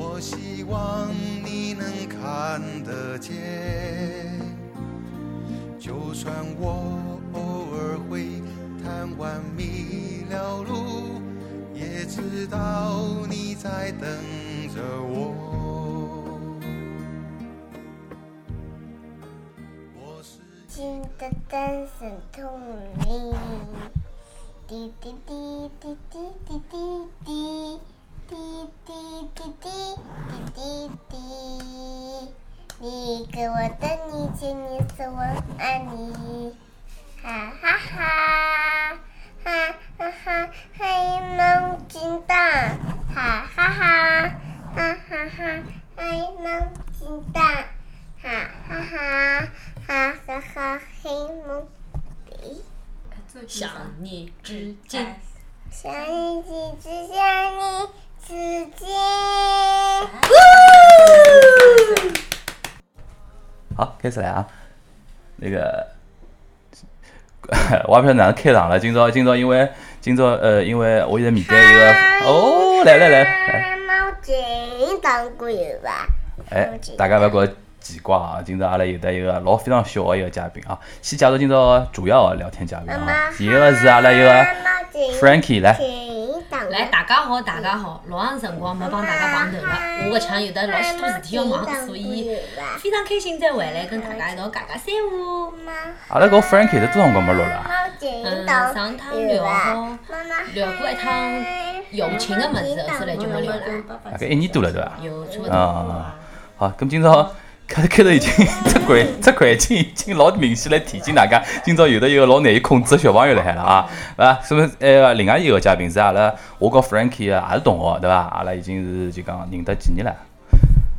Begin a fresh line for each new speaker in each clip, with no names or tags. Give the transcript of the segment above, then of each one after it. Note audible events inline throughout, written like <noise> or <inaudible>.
我希望你能看得见。就算我偶尔会贪玩迷了路，也知道你在等着我。我是
心的单身痛里，滴滴滴滴滴滴滴滴滴滴滴滴滴滴滴，你给我的你见你是我爱你，哈哈哈，哈哈哈，黑龙金蛋，哈哈哈，哈哈哈，黑龙金蛋。哈哈哈，哈哈哈，黑梦里，
想你之间，
想你几只想你之间。
好，开始来啊！那个， <laughs> 我也不晓得哪能开场了。今朝，今朝因为今朝呃，因为我现在面对一个哦，来来来，哎
猫警当过有吧？
哎，大家勿要觉着奇怪啊！今朝阿拉有得一个老非常小的一个嘉宾啊，先介绍今朝主要的聊天嘉宾
妈
啊
妈，，
第一个是阿拉一个
猫警
Frankie 来，
警当
来，大家好，大家好，老长辰光没帮大家碰头了，我搿腔有得老许多事体要忙，所以非常开心再回来跟大家一道讲讲三胡。
阿拉搿 Frankie 是多少辰光没录了啊？
猫警
嗯，
当
上趟聊好
妈妈
聊过一趟友情的么子，后头来就没聊了，
大概一年多了对伐？
有差不多。
啊，好，咁今朝开开头已经出轨出轨已经已经老明显来提醒大家，今朝有的一个老难以控制的小朋友来海了啊，啊，什么呃，另外一个嘉宾是阿拉我跟 Frankie 啊也是同学对伐？阿拉已经是就讲认得几年了，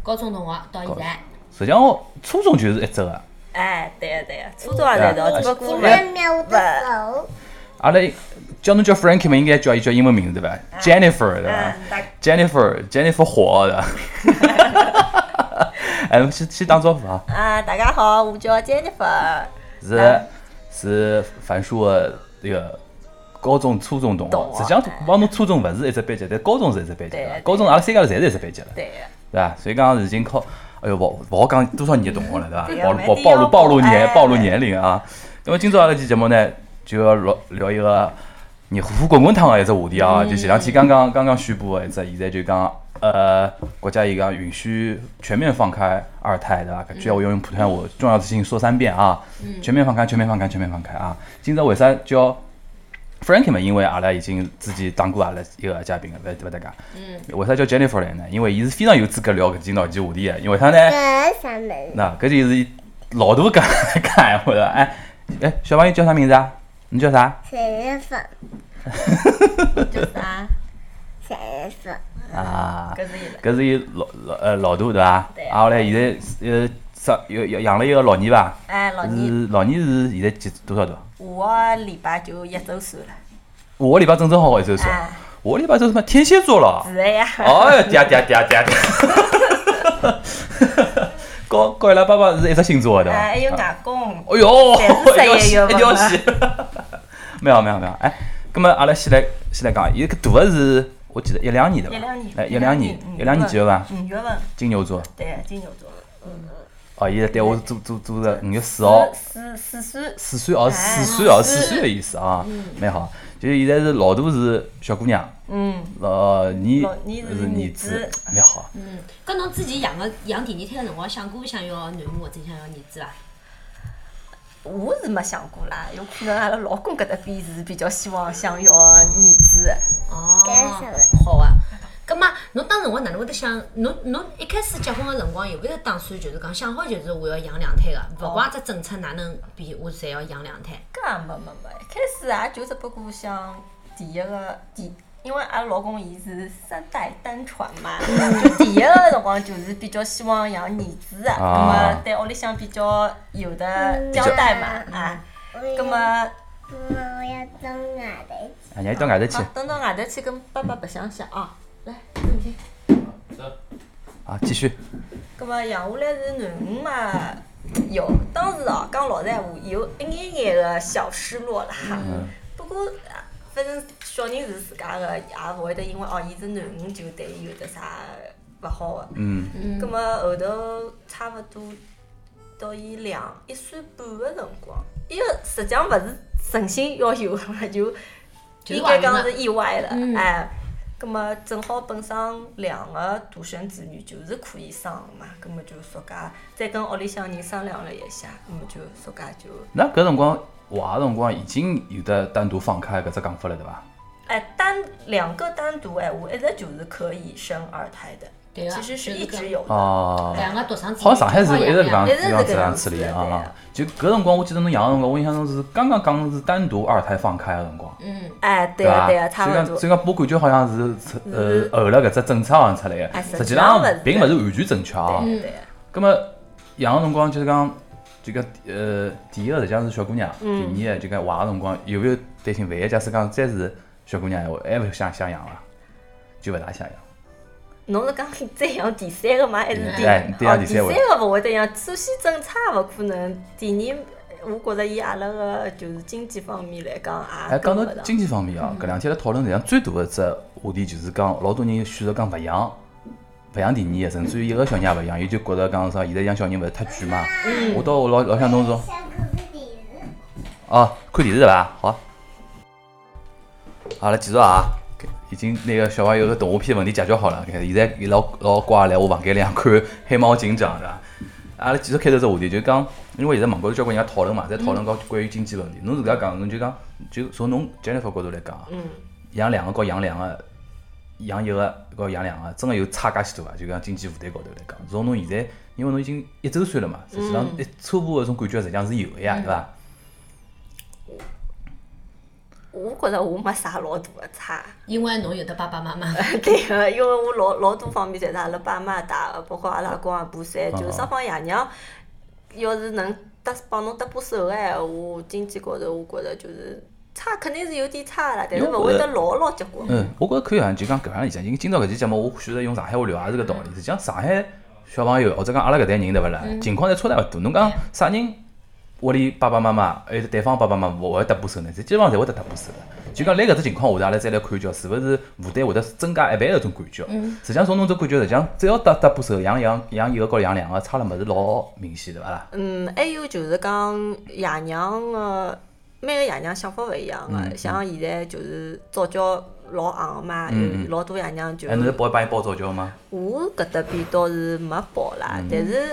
高中同学到现在，
实际上我初中就是一只个，
哎，对呀对呀，初中也在道，只不过
你
我
们
们
瞄我的手，
哎阿拉叫侬叫 Frankie 嘛，应该叫伊叫英文名字对伐？Jennifer 对伐
嗯，大
？Jennifer Jennifer 火
<laughs>
的，哎，先先打招呼啊。
啊，大家好，我叫 Jennifer，
是
嗯
是樊叔的那个高中、初中同
同
学，
学
实际上帮侬初中勿是一只班级，但高中是一只班级
啊对啊
了
对。
高中阿拉三家头侪是一只班级了，
对呀，
对伐？所以讲已经靠，哎哟，勿勿好讲多少年的同学了，对
对
伐？暴
呀没
露
必
暴
要
露暴露年
哎
暴露年龄啊！那么今朝阿拉期节目呢，就要聊聊一个热乎乎滚滚烫的一只话题啊，
嗯
就前两天刚刚刚刚宣布的一只，现在就讲。呃，国家也讲允许全面放开二胎，对吧？
嗯
搿句话要用普通话，重要的事情说三遍啊！全面放开，全面放开，全面放开啊！今朝为啥叫 Frankie 嘛？因为阿拉已经之前当过阿拉一个嘉宾了，勿勿搭讲。
嗯，
为啥叫 Jennifer 来呢？因为伊是非常有资格聊搿件闹件话题的，因为啥呢？
嗯
跟上门，
那搿就是伊老大讲 <laughs> 讲闲话了。哎哎，小朋友叫啥名字啊？你叫啥？
谁粉，
叫啥？
谁粉，
啊，
搿是伊了，
搿是伊老老呃老大对伐
对？
啊，后来现在是呃上有有养了一个老二伐？
哎，老二，
是老二是现在几多少大？
下个礼拜就一周岁了，
下个礼拜正正好好一周岁，下
哎
个礼拜就是什么天蝎座了。
是的呀，
哦哟，嗲嗲嗲嗲嗲，高高伊拉爸爸是一只星
啊
座的对伐？
哎，还有外公，
哎呦，
全是十一月份
一条线。没有没有没有，哎，葛么阿拉先来先来讲，伊搿大个是，我记得一两年对伐？
一两年
哎，一两年，
嗯
一两年几月份啊？
五月份，
金牛座。
对呀，金牛座，嗯
哦，伊是对我做做做的五月四号，
四四岁，
四岁哦，四岁哦，四岁的意思啊，蛮好。就是现在是老大是小姑娘，
嗯，
老二是
老二
儿
是儿
子
子，
蛮好。
嗯，搿侬之前养个养第二胎个辰光，想过想要囡恩或者想要儿子伐？
我是没想过啦，有可能阿拉老公搿搭边是比较希望想要儿子的，
哦
干什么，
好啊。葛末侬当辰光哪能会得想？侬侬一开始结婚个辰光有勿有打算，就是讲想好就是我要养两胎个，勿怪只政策哪能变，我侪要养两胎。
搿也没没没，一开始也就只不过想第一个第因为阿拉老公伊是三代单传嘛，
嗯
就第一个辰光就是比较希望养儿子的，葛
啊嗯
么对屋里向比较有的交代嘛啊，葛么
妈，我要当奶奶。
啊，让伊到外头去
好，等到外头去跟爸爸白相相啊，来，进去。
啊，继续。
葛么啊养下来是囡恩嘛，有当时哦讲老实闲话，有一眼眼个小失落啦。不过啊反正小人是自家个，也勿会得因为哦伊是囡恩就对伊有得啥勿好啊个。
嗯，
葛么后头差勿多到伊两一岁半个辰光，伊个实际上勿是诚心要有个嘛， <laughs> 就
就是
应
怀
该
孕了
讲是意外了
嗯，
哎。葛么正好本身两个独生子女就是可以生个嘛，葛么就说家再跟屋里向人商量了一下，葛么就说家就
那搿辰光怀个辰光已经有得单独放开搿只讲法了，对伐？
哎单两个单独哎，我一直就是可以生二胎的，
对啊
其实是
就是
一
搿
直有的。
哦，
两个独生子女
好像上海是一直搿
养两
样子
一直是搿样
这样处理
子的对
啊
啊。
就搿辰光，我记得侬养个辰光，我印象中是刚刚讲是单独二胎放开个辰光，
嗯，
哎，对
伐？所
个对
以
个，差
讲，
勿多
所。以讲，我感觉好像是呃后了搿只政策好像出来
哎
个，
实
实际
际上
上
勿是
并勿是完全正确啊。
嗯
对对个。
咁么养个辰光就是讲，就讲呃，第一个实际上是小姑娘，第二个就讲怀个辰光有没有担心？万一假使讲再是小姑娘闲话，还勿想想养伐？就勿大想养。
侬是讲再养第三个吗？还是第
哎对
哦
啊
第
第三位
三个勿会得养，首先政策也勿可能。第二，我觉着以阿拉个就是经济方面来讲
哎，
也
讲
啊跟
到
勿上。
经济方面啊，搿两天辣讨论，实际上最大的一只话题就是讲，老多人选择讲勿养，勿养第二个，甚至于一个小人也勿养，伊就觉着讲啥，现在养小人勿是太贵嘛。我到我老老想侬说，
像可是你是
哦，看电视对伐？好啊。好了，继续啊。已经那个小朋友的动画片问题解决好了，现在伊老老乖来我房间里向看《黑猫警长》是伐？阿拉继续开头只话题，就讲，因为现在网高头交关人家讨论嘛，在讨论讲关于经济问题。侬自家讲，侬就讲，就从侬 Jennifer 角度来讲啊，
嗯，
养两个和养两个，养一个和养两个，真个有差介许多伐？啊就讲经济负担高头来讲，从侬现在，因为侬已经一周岁了嘛，实际上一初步搿种感觉实际上是有个呀，对伐？
我觉着我没啥老大个差。 <laughs>
因为侬有的爸爸妈妈，
对个，因为我老老多方面侪是阿拉爸妈带个，包括阿拉阿公阿婆
啊
噻，就是双方爷娘，要是能搭帮侬搭把手个闲话，经济高头我觉着就是差，肯定是有点差啦，但是勿会
呃
得老老结棍。
嗯，我觉着可以啊，就讲搿样理解。因为今朝搿期节目，我选择用上海话聊也是搿道理。实际上，上海小朋友或者讲阿拉搿代人对勿啦，情况侪差得勿多。侬讲啥人屋里爸爸妈妈，还有对方爸爸妈妈勿会搭把手呢？基本上侪会搭搭把手的。就讲辣搿只情况下头，阿拉再来看叫是勿是负担会得增加一倍搿种感觉。实际上，从侬这感觉，实际上只要搭搭把手，养养养一个和养两啊个差了物事老明显，对勿啦？
嗯，还有就是讲爷娘个每个爷娘想法勿一样
嗯
个，像现在就是早教老昂个嘛，
嗯嗯
有老多爷娘就
哎，侬是帮帮伊包早教吗？
我搿搭边倒是没报啦，但是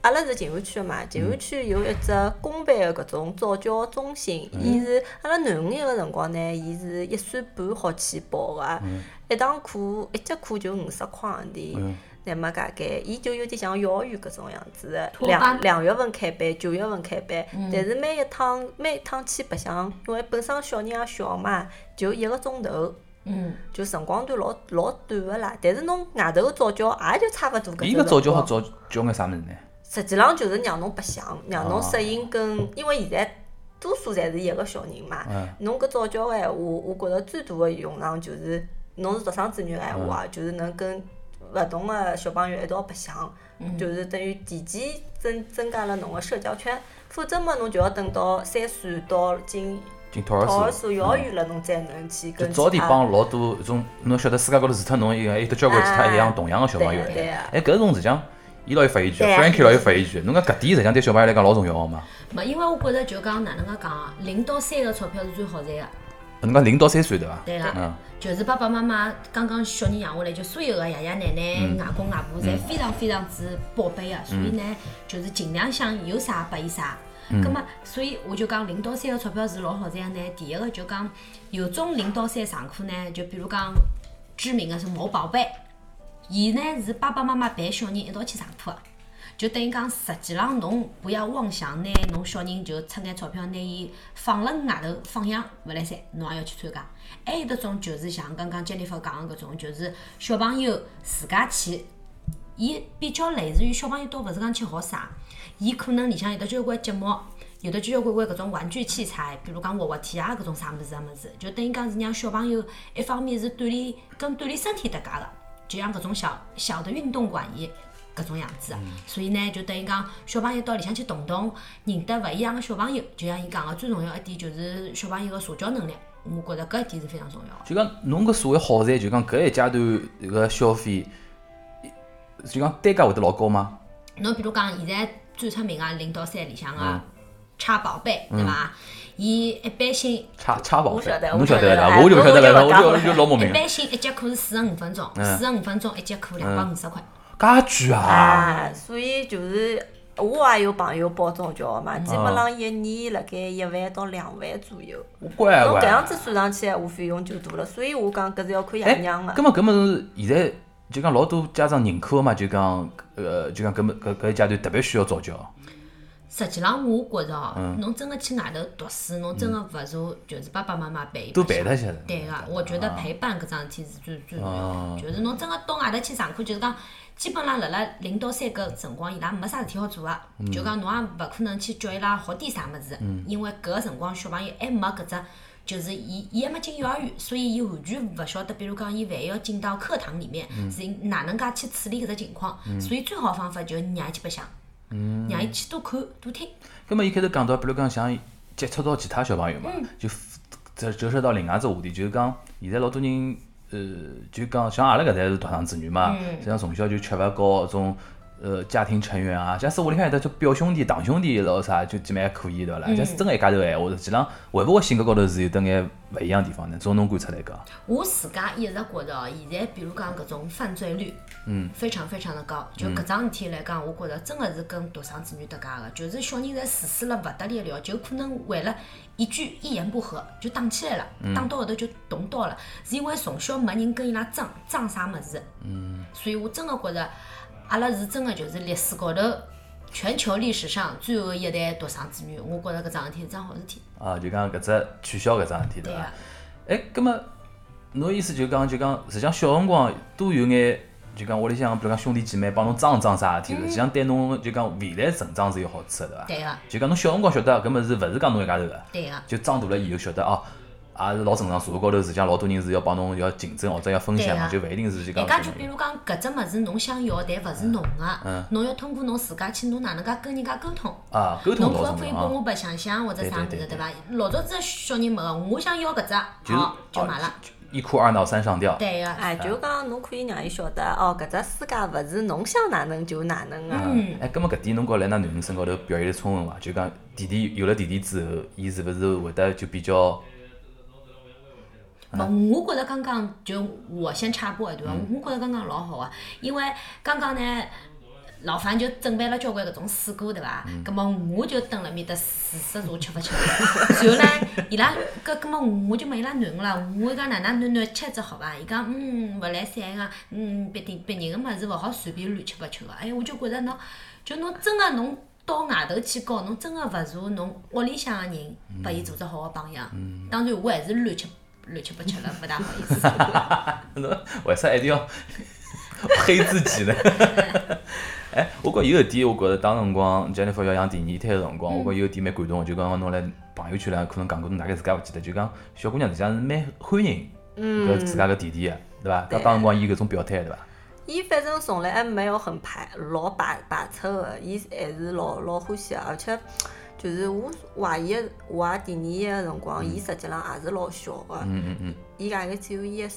阿拉是静安区个嘛，静安区有一只公办个搿种早教中心，伊是阿拉囡恩一个辰光呢，伊是一岁半好起报个，一堂课一节课就五十块行钿。乃末大概，伊就有点像幼儿园搿种样子的，
托班
两两月份开班，九月份开班，但是每一趟每一趟去白相，因为本身小人也小嘛，就一个钟头，
<laughs> 嗯，
就辰光段老老短个啦。但是侬外头个早教也就差勿多搿
伊搿早教好
光。
早教眼啥物事呢？
实际浪就是让侬白相，让侬
哦
适应跟，因为现在多数侪是一个小人嘛
嗯。
侬搿早教个闲话，我觉着最大个用场就是侬是独生子女个闲话啊，就是能跟勿同个小朋友一道白相，
嗯
就是等于提前增增加了侬个社交圈。否则嘛，侬就要等到三岁到进
进托儿
托
所
儿所、幼儿园了，侬才能去
嗯就
跟
早
其
点
他
帮老多种，侬晓得世界高头除脱侬以外，还有得交关其他一样
啊
同样的小朋友
对啊对啊
哎，搿种实际上，伊老有发言权
对啊
，Frankie 老有发言权。侬讲搿点实际上对小朋友来讲老重要个嘛。
没，因为我觉着就讲哪能介讲啊，零到三个钞票是最好赚个，
侬讲零到三岁对伐？
对个。
嗯，
就是爸爸妈妈刚刚小人养下来，就所有的爷爷奶奶、外公外婆侪非常非常之宝贝个，所以呢，就是尽量想有啥拨伊啥。咁么，所以我就讲零到三个钞票是老好赚个呢。第一个就讲有种零到三上课呢，就比如讲知名个是某宝贝，伊呢是爸爸妈妈陪小人一道去上课的。就等于讲，实际浪侬不要妄想拿侬小人就出眼钞票拿伊放辣外头放养勿来三，侬也要去参加。还有得种就是像刚刚杰尼佛讲个搿种，就是小朋友自家去，伊比较类似于小朋友倒勿是讲去学啥，伊可能里向有得交关节目。有的交交关关搿种玩具器材，比如讲滑滑梯啊，搿种啥物事啊物事，就等于讲是让小朋友一方面是锻炼跟锻炼身体搭界个，就像搿种小小的运动馆一搿种样子啊。所以呢，就等于讲小朋友到里向去动动，认得勿一样的小朋友，就像伊讲个，最重要一点就是小朋友个社交能力，我觉着搿一点是非常重要的。
就讲侬搿所谓好在，就讲搿一阶段搿个消费，就讲单价会得老高吗？
侬比如讲现在最出名个零到三里向
嗯
个叉宝贝，对伐？伊一般性
差差宝
我
贝
晓得，
侬
我
晓
晓
得
得
啦，
哎
我就勿晓得
我
了，
就
我就
勿讲了
我就老莫
一
哎
名。
般性一节课是四十五分钟，
嗯
四十五分钟一节课两百五十块。
介贵啊！
啊，所以就是我也有朋友报宗教嘛，基本上一年辣盖一万到两万左右。
我啊乖
侬搿样
乖。
子算上去，话费用就大了。所以我讲搿是要看
哎
爷，娘
搿
个。
么搿么是现在就讲老多家长认可个嘛，就讲呃就讲搿么搿搿一阶段特别需要早教。
实际浪我觉着
嗯
哦，侬真的去外头读书，侬真的勿如就是爸爸妈妈陪一
多
陪
嗯陪他一下子
对个，我觉得陪伴搿桩事体是最最重要
啊
的。就是侬真的到外头去上课，就是讲基本上辣辣零到三搿辰光，伊拉没啥事体好做个，啊
嗯
就讲侬也勿可能去叫伊拉学点啥物事，因为搿个辰光小朋友还没搿只。就是伊，伊还没进幼儿园，所以伊完全勿晓得，比如讲，伊万一要进到课堂里面，
嗯
是哪能介去处理搿只情况。所以最好的方法就是让伊去白相，
嗯
让伊去多看多听。
咁么伊开头讲到，比如讲像接触到其他小朋友嘛，就折折射到另外只话题，就是讲现在老多人呃，就讲像阿拉搿代是独生子女嘛，实际上从小就缺乏高种。呃，家庭成员啊，假使屋里向有得就表兄弟、堂兄弟咯啥，就基本还可以，对伐啦？假使真个一家头闲话，实际上会勿会性格高头是有得眼勿一样的地方呢？从侬观察来讲，
我自家一直觉着哦，现在比如讲搿种犯罪率，嗯，非常非常的高。就搿桩事体来讲，我觉着真的是跟独生子女搭界个，就是小人侪自私了勿得了了，就可能为了一句一言不合就打起来了，打到后头就动刀了，是因为从小没人跟伊拉争争啥物事。嗯，所以我真的觉着，阿拉是真的就是历史高头。全球历史上最后一代独生子女，我觉着搿桩事体是桩好事体。
啊，就讲搿只取消搿桩事体，对
对
伐
啊？
哎，葛么侬意思就讲就讲，实际上小辰光多有眼就讲屋里向，比如讲兄弟姐妹帮侬争争啥事体，实际上对侬就讲未来成长是有好处的，
嗯对
伐？
个、
就讲侬小辰光晓得搿么是勿是讲侬一家头个，
对啊个、
就长大了以后晓得哦，也是老正常。社会高头实际上老多人是要帮侬要竞争或者要分享嘛，就
对啊
勿一定是就讲
人家就
什么
比如讲，搿只物事侬想要，但勿是侬
嗯
个，侬要通过侬自家去，侬哪能介跟人家沟通？
啊沟通
侬
老
可勿可以
重要
帮
啊
我。白相相或者啥物
对对
事，
对
对伐？老早子小人没个，我想要搿只，
就是
好就
啊
买了。
一哭二闹三上吊，
对哦个，
哎，就讲侬可以让伊晓得，哦，搿只世界勿是侬想哪能就哪能啊个、
嗯，哎，葛么搿点侬觉来㑚囡恩身高头表现得充分伐？就讲弟弟有了弟弟之后，伊是勿是会得就比较
勿，呃我觉着刚刚就我先插播一段，我觉着刚刚老好个，因为刚刚呢。老樊就准备了交关搿种水果，对伐？葛么我就蹲辣面搭试试茶吃勿 <laughs> 吃。然后呢，伊拉搿葛么我就问伊拉囡恩了，我讲哪能囡囡吃一只好伐？伊讲嗯勿来三个，嗯别定别人个物事勿好随便乱吃勿吃个。哎，我就觉着喏，就侬真个侬到外头去教，侬真个勿如侬屋里向个人拨伊做只好个榜样。当然我还是乱吃乱吃八吃了，勿大好意思。 <laughs>
为啥一定要黑自己呢？哎，我觉有一点，我觉着当辰光 Jennifer 要养第二胎的辰光，我觉有一点蛮感动的，就讲侬来朋友圈里向可能讲过，侬大概自家勿记得，就讲小姑娘实际上是蛮欢迎搿自家个弟弟的，对伐？搿当辰光伊搿种表态，对伐？
伊反正从来还没有很排老排排斥个，伊还是老老欢喜个，而且就是我怀疑怀第二个辰光，伊实际上也是老小个，
嗯嗯嗯，
伊大概只有伊个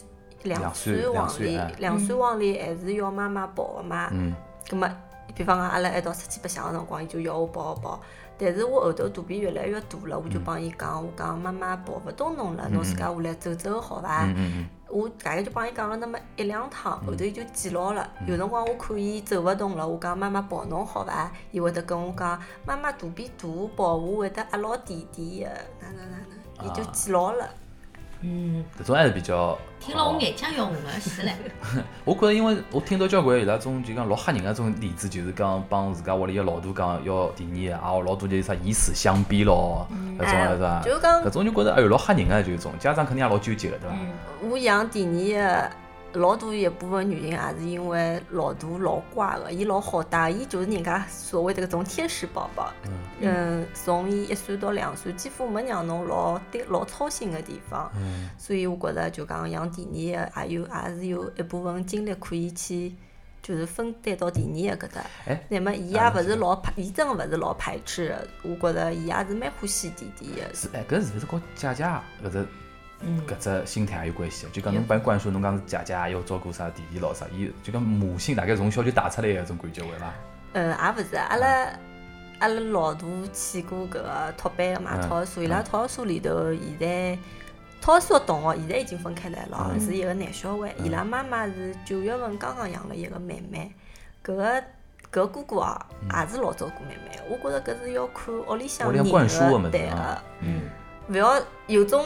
两
两
岁
岁
两
往
岁
里
哎，
两岁往里还是要妈妈抱个嘛。
嗯。
葛末，比方讲阿拉一道出去白相个辰光，伊就要我抱我抱。但是我后头肚皮越来越大了，我就帮伊讲，我讲妈妈抱勿动侬了，侬自家下来走走好伐？
嗯嗯
我大概就帮伊讲了那么一两趟，后头伊就记牢了。
嗯
有辰光我看伊走勿动了，我讲妈妈抱侬好伐？伊会得跟我讲妈妈呃
啊
肚皮大，抱我会得压牢弟弟个，哪能哪能，伊就记牢了。
嗯，
搿种还是比较。
听了我眼睛要红了，死嘞！
我觉着，因为我听到交关伊拉种就讲老吓人个种例子，就是讲帮自家屋里个老大讲要第二啊，老大就是啥以死相逼咯，搿种
哎
是伐？
就讲
搿种就觉着哎哟老吓人个就是种，家长肯定也老纠结个对伐？
我养第二个老大一部分原因也是因为老大老乖个，伊老好带，伊就是人家所谓的搿种天使宝宝。嗯，从伊一岁到两岁，几乎没让侬老担老操心个地方。
嗯
所以我觉着就讲养第二个，也有也是有一部分精力可以去。就是分担到第二个搿搭
哎，
那么伊也
哪
勿
能
是
是
老排，伊真个勿是老排斥的。我觉着伊也是蛮欢喜弟弟的。
是哎，搿是勿是和姐姐搿只
嗯
搿只心态也有关系？就讲侬帮伊灌输侬讲姐姐要照顾啥弟弟咯啥，伊就讲母性大概从小就带出来个种感觉会伐？
呃，也勿是，阿拉阿拉老大去过搿个托班个嘛，
嗯
托儿所，伊拉托儿所里头现在托儿所的同学现在已经分开来
嗯
了，是一个男小孩，伊拉妈妈是九月份刚刚养了一个妹妹，搿个。搿哥哥啊，也是老照顾妹妹。我觉着搿是要看屋里向
嗯屋里
人
向灌输个
个
物
对
事
个
啊，，嗯，
勿要有种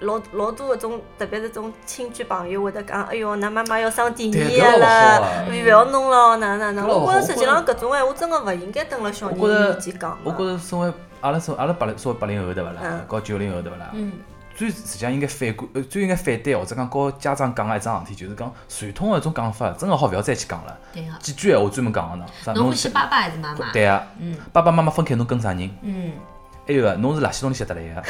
老老多搿种，特别是种亲戚朋友会得讲，哎哟，㑚妈妈要生第
对
二
搿
个
老
了
好啊，
勿哎要弄了，哪能哪能？
搿老
我觉
好
着实际上搿种闲话真个勿应该蹲辣小人
我觉着
面前讲
我觉
个。
着身为阿拉身阿拉八零稍微八零后对勿啦
嗯？
和九零后对勿啦？
嗯，
最实际上应该反观，呃，最应该反对或者讲和家长讲个一桩事体，就是讲传统个一种讲法，真个好勿要再去讲了。
对个。
几句闲话专门讲个呢，啥
啊侬
侬
欢喜爸爸还是妈妈？
对啊，
嗯
爸爸妈妈分开侬跟啥人？
嗯，
还有个侬是垃圾桶里吸得来
<laughs>
个，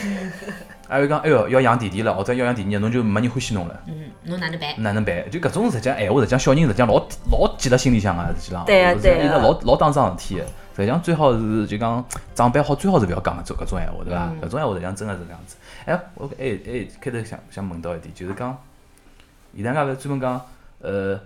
还有讲哎哟要养弟弟了，或者要养弟弟，侬就没人欢喜侬了，
嗯，侬哪能办？
哪能办？就搿种实际上闲话，实际上小人实际上老老记辣心里向个，实际上，
对啊
实际上
对啊
伊拉老老当桩事体个。实际上最好是就讲长辈好，最好是勿要讲搿种搿种闲话，对伐？
嗯
搿种闲话实际上真个是搿样子。哎，我哎哎开头想想问到一点，就是讲现在人家勿是专门讲呃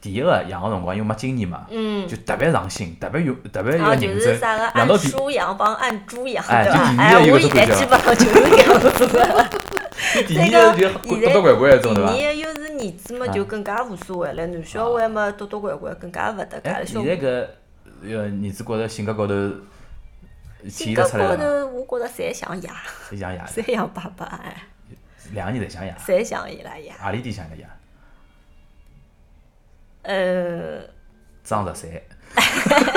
第一个养个辰光，因为没经验嘛，
嗯，
就特别上心，特别用，特别要
啊，
认
就
真
是啥个。
养
按
到第，
猪养帮按猪养，
哎
对伐？
就
哎，
第一
我
个
现
就
在
是
基
这
本上就是搿
<laughs>
样子。
第二个就
现
捣
在
捣怪怪那种，对哎伐？
第二又是儿子嘛，就更加无所谓了。男小孩嘛，捣捣怪怪，更加勿搭界
哎，
了。小
现在搿呃儿子觉着性格高头体
性
现
格
得出来
高
了
头
吗，，
我觉着侪想爷， <laughs>
侪像爷，
侪像爸爸，哎，
两个人侪像爷，
侪像伊拉爷。
何里点像个爷？
呃，
张十三。 <laughs>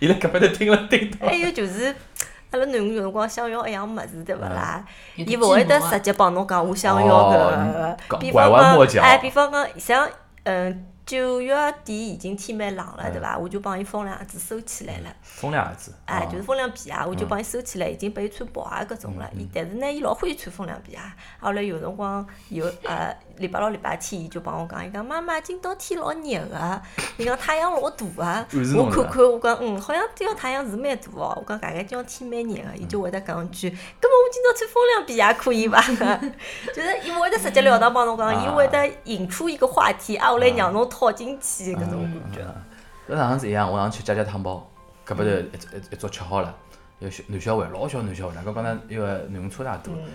伊拉搿边头听了听到，
还有就是，阿拉囡恩有辰光想要一样物事，对勿啦？
嗯
伊勿会得直接帮侬讲我想要
啊哦
搿个，
嗯
比
拐
方
弯抹
讲，
角
哎，比方讲像嗯九月底已经天蛮冷了，对伐？我就帮伊封两子收起来了。
风两儿子。
哎，
哦
就是风凉皮鞋，我就帮伊收起来，已经拨伊穿薄鞋搿种了。伊但是呢，伊老欢喜穿风凉皮鞋。啊后来有辰光有呃礼拜六、礼拜天，伊就帮我讲，伊讲妈妈今朝天老热个，伊讲太阳老大个
暗示。侬
我
了
看看，我讲嗯，好像今朝太阳是蛮大哦。我讲大概今朝天蛮热个，伊就会得讲一句，葛末我今朝穿风凉皮鞋可以伐？ <laughs> 就是伊勿会得直截了当帮侬讲，伊会得引出一个话题，啊，后来让侬套进去搿
啊
种感觉。
搿上次一样，我上去吃家汤包，搿边头
嗯
一一一桌吃好了，有小男小孩，老小男小孩，搿刚才一个囡恩差大多，
嗯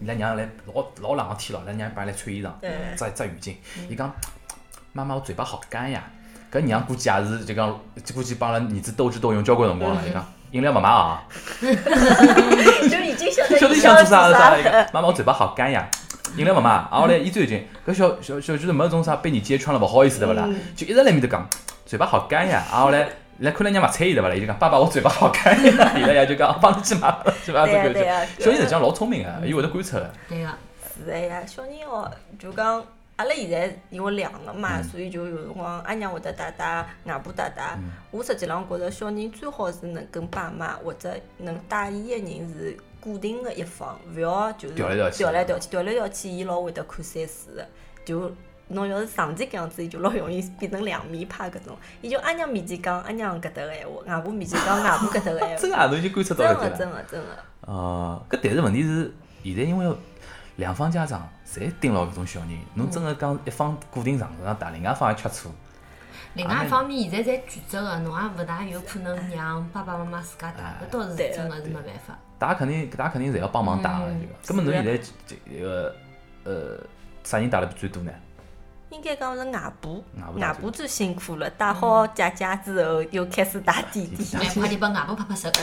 伊拉娘来老老冷个天了，伊拉娘帮伊来穿衣裳，扎扎浴巾，
嗯
伊讲妈妈我嘴巴好干呀，搿娘估计也是就讲，估计帮阿拉儿子斗智斗勇交关辰
<laughs>
光了，伊讲饮料勿买啊，
就已经晓
<laughs>
得
晓得
伊
伊
想
想
要
做啥是
做啥
啥，
了
伊。讲妈妈我嘴巴好干呀。饮料勿买，
嗯
啊后来伊最近搿小小小就是没种啥被你揭穿了勿好意思对勿
嗯
啦，就一直辣面头讲嘴巴好干呀，啊后来来看了人家勿睬伊对勿啦，伊就讲爸爸我嘴巴好干
<laughs>
呀，伊拉爷就讲帮侬去买吧，去买
对呀
这
对啊嗯呀
个小人实际上老聪明啊哎个，伊会得观察个，
对啊个。
是的呀，小人哦，就讲阿拉现在因为两个嘛，
嗯
所以就有辰光阿娘会得带带，外婆带带。
嗯
我实际上觉着小人最好是能跟爸妈或者能带伊个人是固定个一方，勿要就是
调来调去
调来调去，调来调去，伊老会得看三四个。就侬要是长期搿样子，伊就老容易变成两面派搿种。伊就阿娘面前讲阿娘搿搭个闲话，外婆面前讲外婆搿搭个闲话。
真
真
<laughs> 个啊侬已经观察到搿
个
点
哎真
了。
个真个。
哦，搿但是问题是现在因为两方家长侪盯牢搿种小人，侬
嗯
真个讲一方固定场合上带，另外一方也吃醋，
另外一方面，现在侪全职个，侬也勿大有可能让爸爸妈妈自家带，搿倒是真个是没办法。
大家肯定大家肯定侪要帮忙带个，就讲。根本侬现在这这个呃啥人带了最多呢？
应该讲是外婆
外，婆
外
带
婆最辛苦了，带好姐姐之后又开始带弟弟。
来，快点帮外婆拍拍手。
<laughs>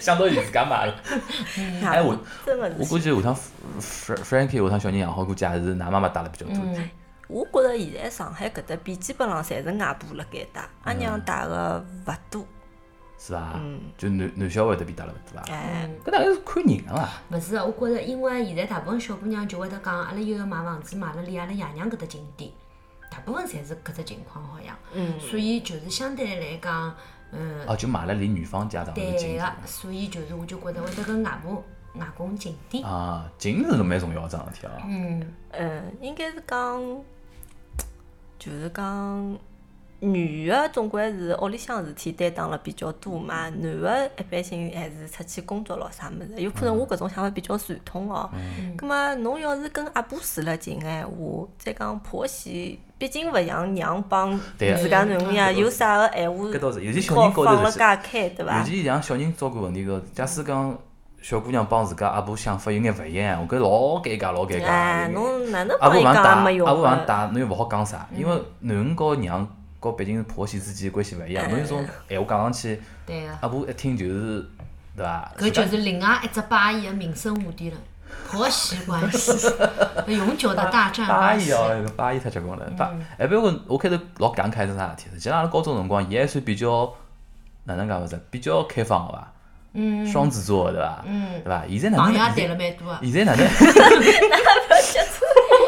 想到伊自家买了。哎，我
真个是
我估计下趟 Fr- Frankie 下趟小人养好，估计也是㑚妈妈带了比较多。
嗯，
我觉着现在上海搿搭边基本上侪是外婆辣盖带，阿娘带个勿多。
是伐？就男男小孩这边打了勿多伐？
哎，
搿大概是看人个伐？
勿是的，我觉着因为现在大部分小姑娘就会得讲，阿拉又要买房子，买了离阿拉爷娘搿搭近点，大部分侪是搿只情况好像。
嗯
所以就是相对来讲，嗯，
哦，就买了离女方家长是
对
近
个，所以就是我就觉着会得跟外婆、外公近点。
啊，近是蛮重要桩事体哦。
嗯，
嗯，应该是讲，就是讲，女个总归是屋里向事体担当了比较多嘛，男个一般性还是出去工作咯啥物事。有
嗯
可能我搿种想法比较传统哦。葛末侬要是跟阿婆住了近个闲话，再讲婆媳，毕竟勿像娘帮
对啊
自家囡恩呀，有啥个闲话
搿倒是尤其小
好
人高头
放了
是
介开，对伐
尤？其像小人照顾问题搿，假使讲小姑娘帮自家阿婆想法有眼勿一样，我搿老尴尬，老尴
哎，
尬。
侬哪能
阿
帮
婆
伊
往啊打，阿婆
讲也没用
往
的
打，侬又勿好讲啥，因为囡和娘和毕竟是婆媳之间关系勿一样，侬有种闲话讲上去，
对个，
阿婆一听啊就是，对伐？
搿就是另外一只八姨的民生话题了，婆媳关
<laughs>
系，哎永久的大战
八
关
一
系。
哦，搿八一太结棍了。八哎，不过我开头老感慨是啥事体？实际上，阿拉高中辰光，伊还算比较哪能讲法子？比较开放个伐？嗯。双子座的对伐？嗯。对伐？现在哪
朋
能？
友也谈
现在
了蛮多啊个，
现在哪 <laughs> 能？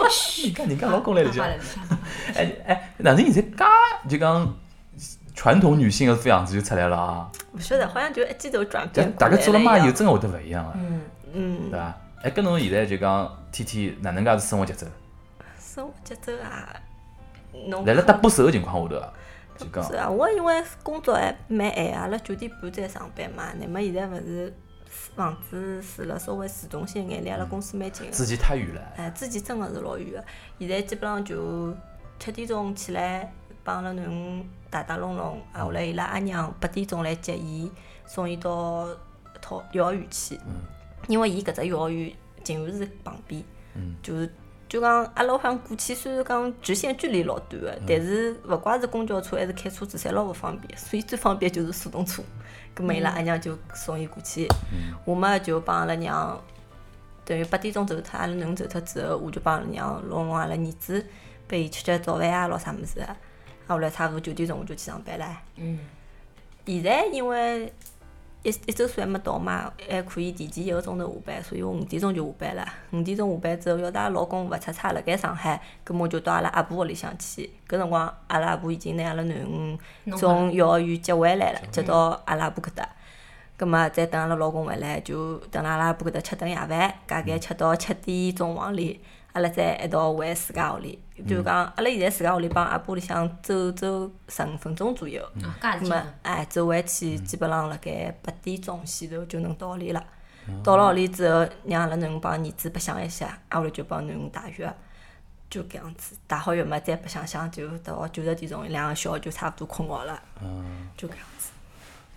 嘘，
看人家老公来了就
讲。了
<laughs>
讲
哎哎，哪能现在介就讲传统女性个副样子就出来了啊？
勿晓得，好像就一记头转
但
变过
大家做了
来
妈
一
以后，
样
真个会得勿一样个，
嗯。
对伐？哎，跟侬现在就讲天天哪能介是生活节奏？
生活节奏啊，侬
辣辣搭
看
不手个情况下头啊，就讲
是啊，我因为工作还蛮晚啊，阿拉九点半才上班嘛，乃末现在勿是房子住了稍微市中心一眼，离阿拉公司蛮近个。
之前太远了。
哎，之前真个是老远个，现在基本上就七点钟起来帮阿拉囡恩打打弄弄，啊，后来伊拉阿娘八点钟来接伊，送伊到套幼儿园去。因为伊搿只幼儿园静安寺旁边，就是就讲阿拉好像过去虽然讲直线距离老短个，但是勿怪是公交车还是开车子，侪老勿方便，所以最方便就是速动车。葛末伊拉阿娘就送伊过去，我嘛就帮阿拉娘。等于八点钟走脱，阿拉囡恩走脱之后，我就帮阿拉娘弄弄阿拉儿子，拨伊吃吃早饭啊，咾啥物事啊。啊，后来差勿多九点钟我就去上班了。
嗯。
现在因为一一周岁还没到嘛，还可以提前一个钟头下班，所以我五点钟就下班了。五点钟下班之后，要是阿拉老公勿出差辣盖上海，葛末我就到阿拉阿婆屋里向去。搿辰光，阿拉阿婆已经拿阿拉囡恩
弄好
从幼儿园接回来了，接到阿拉阿婆搿搭。葛末啊再等阿拉老公回来，就等阿拉阿婆搿搭吃顿夜饭，大概吃到七点钟往里，阿拉再一道回自家屋里。就讲阿拉现在自家屋里帮阿婆屋里向走走十五分钟左右。
啊，搿也
咁
是
么
讲，
哎，走回去基本上辣盖八点钟前头就能到屋里了。到了屋里之后，让阿拉囡恩帮儿子白相一下，挨下来就帮囡恩洗浴，就搿样子。洗好浴嘛，再白相相，就到九十点钟，两个小时就差不多困觉了。
嗯
就搿样子，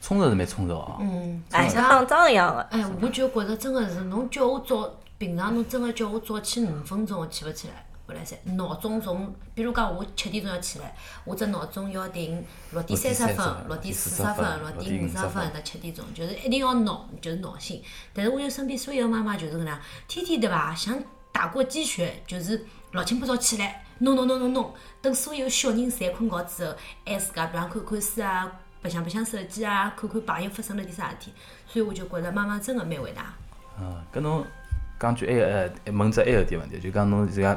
充实是蛮充实哦。
嗯，
哎，像打仗一样的。
哎，我就觉着真个是，侬叫我早，平常侬真个叫我早起五分钟，我起勿起来。回来噻，闹钟从，比如讲我七点钟要起来，我只闹钟要定六点三十分、六点四十分、六点五十分到七点钟，就是一定要闹，就是闹醒。但是我有身边所有的妈妈就是搿能样，天天对伐，像打过鸡血，就是老清八早起来弄弄弄弄弄，等所有小人侪困觉之后，还自家比方看看书啊，白相白相手机啊，看看朋友发生了点啥事体。所以我就觉着妈妈真的蛮伟大。
嗯，搿侬讲句埃呃问只埃个点问题，就讲侬自家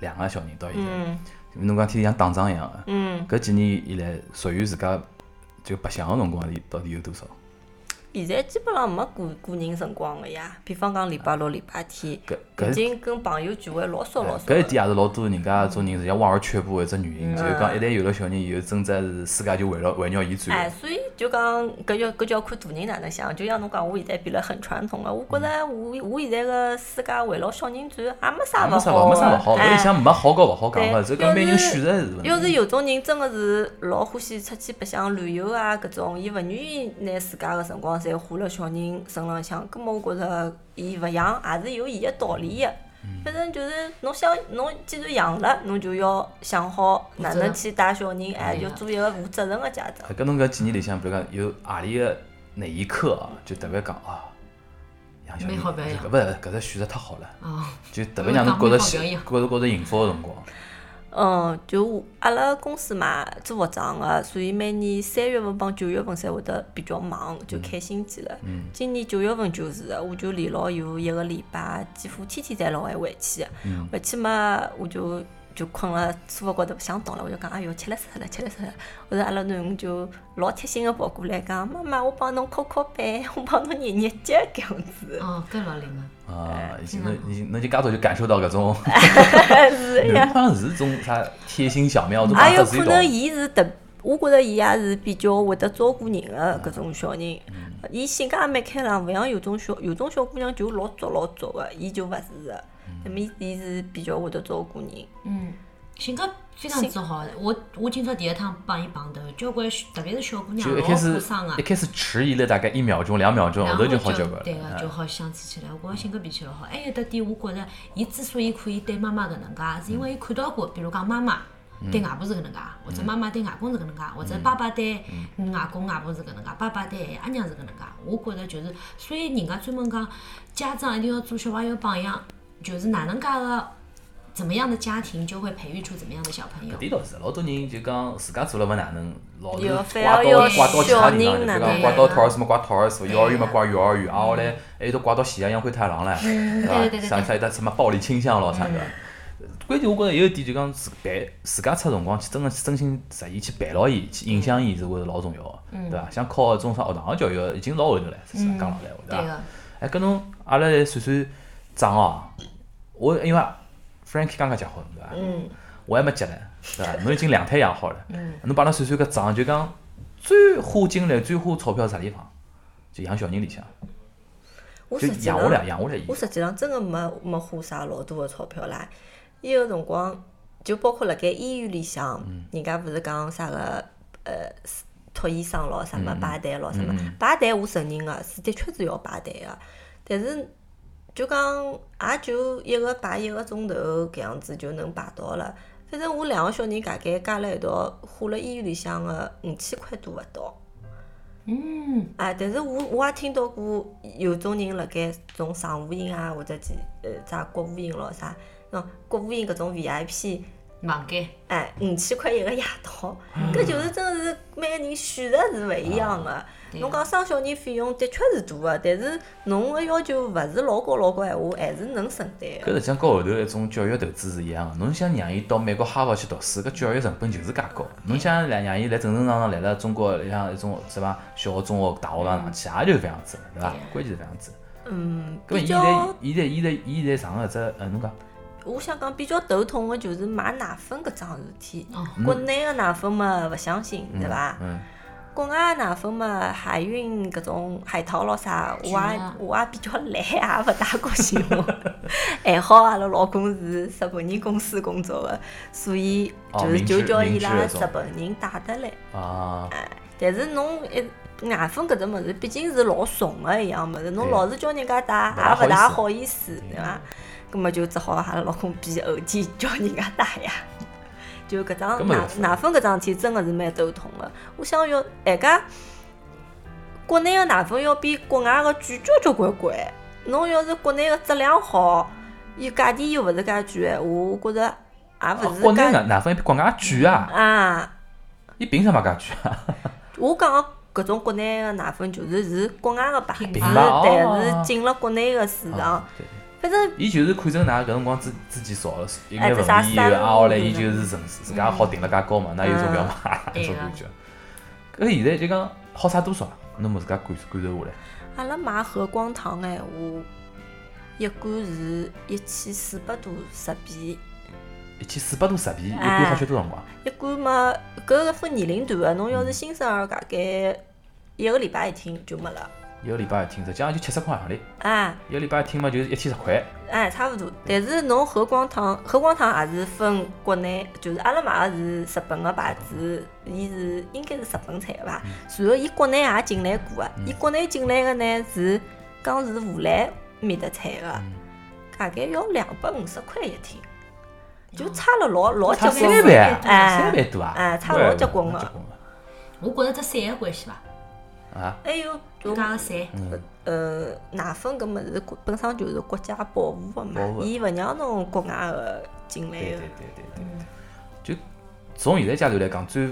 两个小人到现在，
嗯
侬讲天天像打仗一样个，嗯，搿几年以来属于自家就白相个辰光到底有多少？
现在基本上没过过人辰光个呀，比方讲礼拜六、礼拜天，
搿
已
搿
经跟朋友聚会老少老少
搿一
了。
点也是老多人家做人实际上望而却步个一只原因，
嗯
就是讲一旦有了小人以后，真正是世界就围绕围绕伊转
哎，
了。
所以就讲搿要搿就要看大人哪能想。就像侬讲，我现在变了很传统了。啊我觉着我我现在个世界围绕小人转，也没啥
也没
勿
啥
好
勿
的。
没啥勿好，搿里向
哎，
没好和勿好讲法，
对
只讲每人
要
选
是
择是问
要
题。
是有种人真个是老欢喜出去白相、旅游啊搿种，伊勿愿意拿自家个辰光侪花辣小人身浪向，葛末我觉着伊勿养也是有伊个道理个。反正就是侬想侬既然养了，侬就要想好哪能去带小人，哎，要做一个负责任个家长。
搿侬搿几年里向，比如讲有何里个那一刻啊，就特别讲啊，杨小
蛮
明，
好表演
搿勿是搿只选择太好了，
哦，
就特别让侬觉
蛮
着
好
觉
表演
着觉着幸福个辰光。
哎嗯，就我阿拉公司嘛做服装个，所以每年三月份帮九月份侪会得比较忙，就开新季了。今年九月份就是的，我就连牢有一个礼拜，几乎天天在老外回去
嗯
的。回去嘛，我就就困了沙发高头想动了，我就讲哎哟，吃力死了，吃力死了。后头阿拉囡恩就老贴心个跑过来讲，妈妈，我帮侬敲敲板， <laughs> 我帮侬捏捏脚搿样子。
哦，搿老灵啊，
啊，已经侬你侬就介早就感受到搿种，
<laughs> 是呀
侬。 <laughs> 好像是种啥贴心小妙，种
也
帮
有
助
可
一
能
种。
伊是特，我觉着伊也是比较会得照顾人的搿种小人。伊性格也蛮开朗，勿像有种小有种小姑娘就老作老作的，伊就勿是的。那么伊伊是比较会得照顾人。
嗯，性格非常之好。我我今朝第一趟帮伊碰头，交关小特别是小姑娘
就一
老啊
开
负
始
伤个
一，开始迟疑了大概一秒钟、两秒钟，
然
后
后
头
就
好交关
对个，
了。啊嗯
就好相处起来。我觉着性格脾气老好。还哎有得点，我觉着伊之所以可以对妈妈搿能介，是因为伊看到过，比如讲妈妈对外婆是搿能介，或者妈妈对外公是搿能介，或者爸爸对外公外婆是搿能介，爸爸对爷娘是搿能介。我觉着就是，所以人家专门讲家长一定要做小朋友榜样，就是哪能介个怎么样的家庭就会培育出怎么样的小朋友
搿。点倒是，老多人就讲自家做了勿哪能，老是
有反
怪到
而有
怪到其他地
小
方了，
人哪
就讲
能
怪到
呀
托儿所么怪托儿所，幼儿园么
对嗯
怪幼儿园，啊后来还有得怪到喜羊羊灰太狼唻，
对对
对伐？
对对嗯
啥啥有得什么暴力倾向咯啥个。关键我觉着有一点就讲自陪自家出辰光去真个去真心实意去陪牢伊，去影响伊是会老重要个，
嗯
对伐？像靠搿种啥学堂个教育已经老后头了，实际上讲老来话，
对啊
伐？
个，
哎，搿侬阿拉来算算账哦。我因为 Frankie 刚刚结婚对伐？嗯。我还没结呢，对伐？侬已经两胎养好了。嗯。侬帮阿拉算算搿账，就讲最花精力、最花钞票啥地方？就养小人里向，
我
就
实际
养活
上
来，养活来伊
我。实际上真的没没花啥老多的钞票啦。伊个辰光就包括辣盖医院里向，人家勿是讲啥个呃托医生咯，啥么排队咯，啥么排队我承认个，是的确是要排队个，但是。就讲也就一个排一个钟头搿样子就能排到了。反正我两个小人大概加辣一道，花了医院里向个五千块都勿到。
嗯，
啊，但是我我也听到过有种人辣盖种上午营啊，或者几呃啥国务营咯啥，喏国务营搿种 VIP，
房间。
哎五千块一个夜到，
嗯
搿就是真的是每个人选择是勿一样的。
嗯
对
侬讲生小人费用的确是大个，但是侬个要求勿是老高老高闲话，还是能承担
搿
的。
实际上跟后头一种教育投资是一样的。侬想让伊到美国哈佛去读书，搿教育成本就是介高。侬想让让伊来正正常常来了中国像一种什么小学、中学、大学上上去，也就是搿样子，对伐？关键是搿样子。
嗯，
搿么
比
伊
较
现在伊现在伊现在上个只呃侬讲。
我想讲比较头痛个就是买奶粉搿桩事体
哦。
国内个奶粉嘛勿相信，对伐？
嗯，
国外奶粉嘛，啊海运搿种海淘咯啥，我
贵
也
啊
我也比较懒，也勿大关心 <laughs> 我。还好阿拉老公是日本人公司工作的，所以
哦
就是
明
就
知
叫
明
伊
知
拉
那
日
种
本人带得来。
啊，
但是侬一奶粉搿只物事，毕竟是老重个一样物事，侬老是叫人家带，
勿大
也勿大
好嗯
好意思，对伐？葛么就只好阿拉老公逼后天 <laughs> 叫人家带呀。就搿
搿
桩
么
奶
有法
奶粉搿桩事体真个是蛮头痛个。我想要哎家国内个奶粉要比国外个贵交交关关。侬要是国内个质量好，伊价钿又勿是介贵闲话，我觉着也勿是
哦国内
介
奶奶粉比国外贵啊，
啊。
伊凭什么介贵啊？
我讲个搿种国内个奶粉就是是国外个牌子，
品
牌
但
哦
是进了国内个市场，
对，
反正
伊就是看中㑚搿辰光之之前少了一眼
哎
文
这啥
艺，
三
然后来
五
伊
的
就是自自家好定了介高嘛，那有种勿要买，
对
种
个
感觉。搿现在就讲好差多少啊？侬没自家感感受下来，
阿拉买和光糖个闲话，一罐是一千四百多日币，
一千四百多日币，一
哎
罐好吃多少辰光？
一罐嘛，搿个分年龄段个，侬要是新生儿，大概一个礼拜一听就没了，
一个礼拜一听，实际上就七十块行钿，
哎。
一个礼拜一听嘛就是一千十块。
哎，差勿多。但是侬和光糖，和光糖也是分国内，就是阿拉买个是日本个牌子，伊是应该是日本产个吧。
嗯
然后伊国内也进来过个，伊国内进来个呢是讲是湖南面搭产个，
嗯
大概要两百五十块一听，就差了老老结
哦差
棍
三。倍啊，
哎
三倍多啊！
哎差老
喂
结棍
老
了
结棍了。
我觉着只三个关系伐，
啊，
还有
就
哎就
讲个侪，
呃奶粉搿物事国本身就是国家保护个
保护
嘛，
的
伊勿让侬国外个进来
对对对。
个
对对对，就从现在阶段来讲，最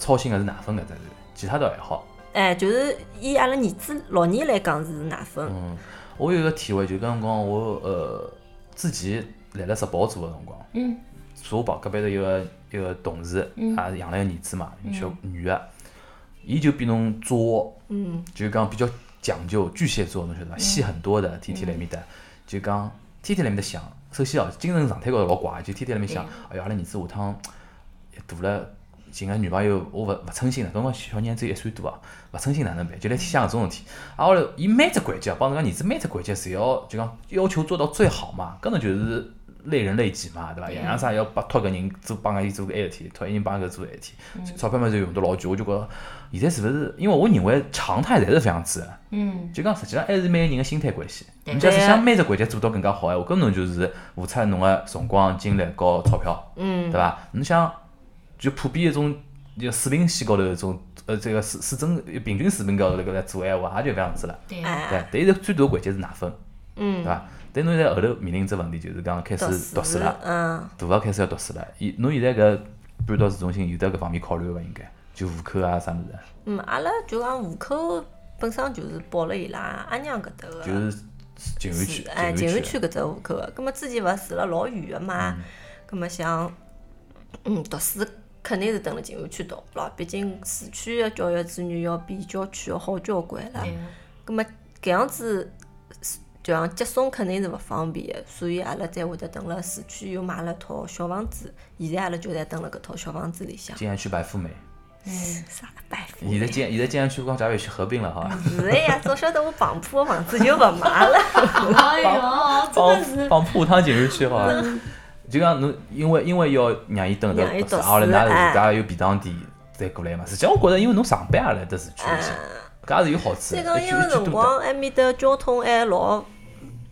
操心的是奶粉搿只事，其他倒还好。
哎，就是以阿拉儿子老年来讲是奶粉，
嗯，我有一个体会，就跟辰光我呃之前来了日宝做个辰光，
嗯，
做我旁隔壁头一个一个同事，也是养了一个儿子嘛，小女个，伊就比侬作，
嗯，
就是讲比较讲究，巨蟹座侬晓得伐？戏很多的，天天辣埃面搭，就讲天天辣埃面搭想。首先哦，精神状态高头老怪，就天天辣埃面想，哎呀，阿拉儿子下趟大了，寻个女朋友，我勿勿称心了。搿辰光小人只有一岁多啊，勿称心哪能办？就来天想搿种事体。啊，后来伊每只环节啊，帮人家儿子每只环节侪要就讲要求做到最好嘛，搿侬就是累人累己嘛，对伐？样样啥要帮托搿人做帮伊做搿埃事体，托伊人帮搿做搿事体，钞票嘛就用得老贵。我就觉着现在是勿是？因为我认为常态侪是搿样子的。
嗯，
就讲实际上还是每个人的心态关系。
对
你假使
对啊
想每只环节做到更加好哎，我根本就是付出侬个辰光、精力和钞票，
嗯
对伐？侬想就普遍一种就水平线高头一种呃这个水水准平均水平高头来搿来做闲话，也就搿样子了。
对，啊
哎，
对，但是最大的环节是奶粉，对
嗯，
伐？但侬现在后头面临只问题就是讲开始读书了，
嗯，
大学开始要读书了。伊侬现在搿搬到市中心有得搿方面考虑伐？应该就户口啊啥物事，
嗯，阿拉就讲户口本身就是报了伊拉阿娘搿搭个，
就是静安区
是，哎，静安
安
区搿只户口个。葛末之前勿是住了老远个嘛，
嗯
葛末想，嗯，读书肯定是等辣静安区读咯，毕竟市区个教育资源要比郊区个好交关了。
对，啊
葛末搿样子，就讲接送肯定是勿方便个，所以阿拉才会得等辣市区又买了一套小房子。现在阿拉就在等辣搿套小房子里向。
静安区白富美。
啥办法？
现在建现在建安区光闸北区合并了哈，
是的呀，早晓得我旁铺个房子就勿买了。
<laughs> 哎哟，真
帮
的是，
帮浦汤景日区哈。就讲侬因为因为要让伊等到
嗯让伊读书
后来㑚
哎
自家有便当店再过来嘛。实际上我觉着，因为侬上班也来得市区里向，搿也是有好处
所
的。哎
以讲，
一
哎因
举一
为
举
辰
多
光埃面搭交通还老，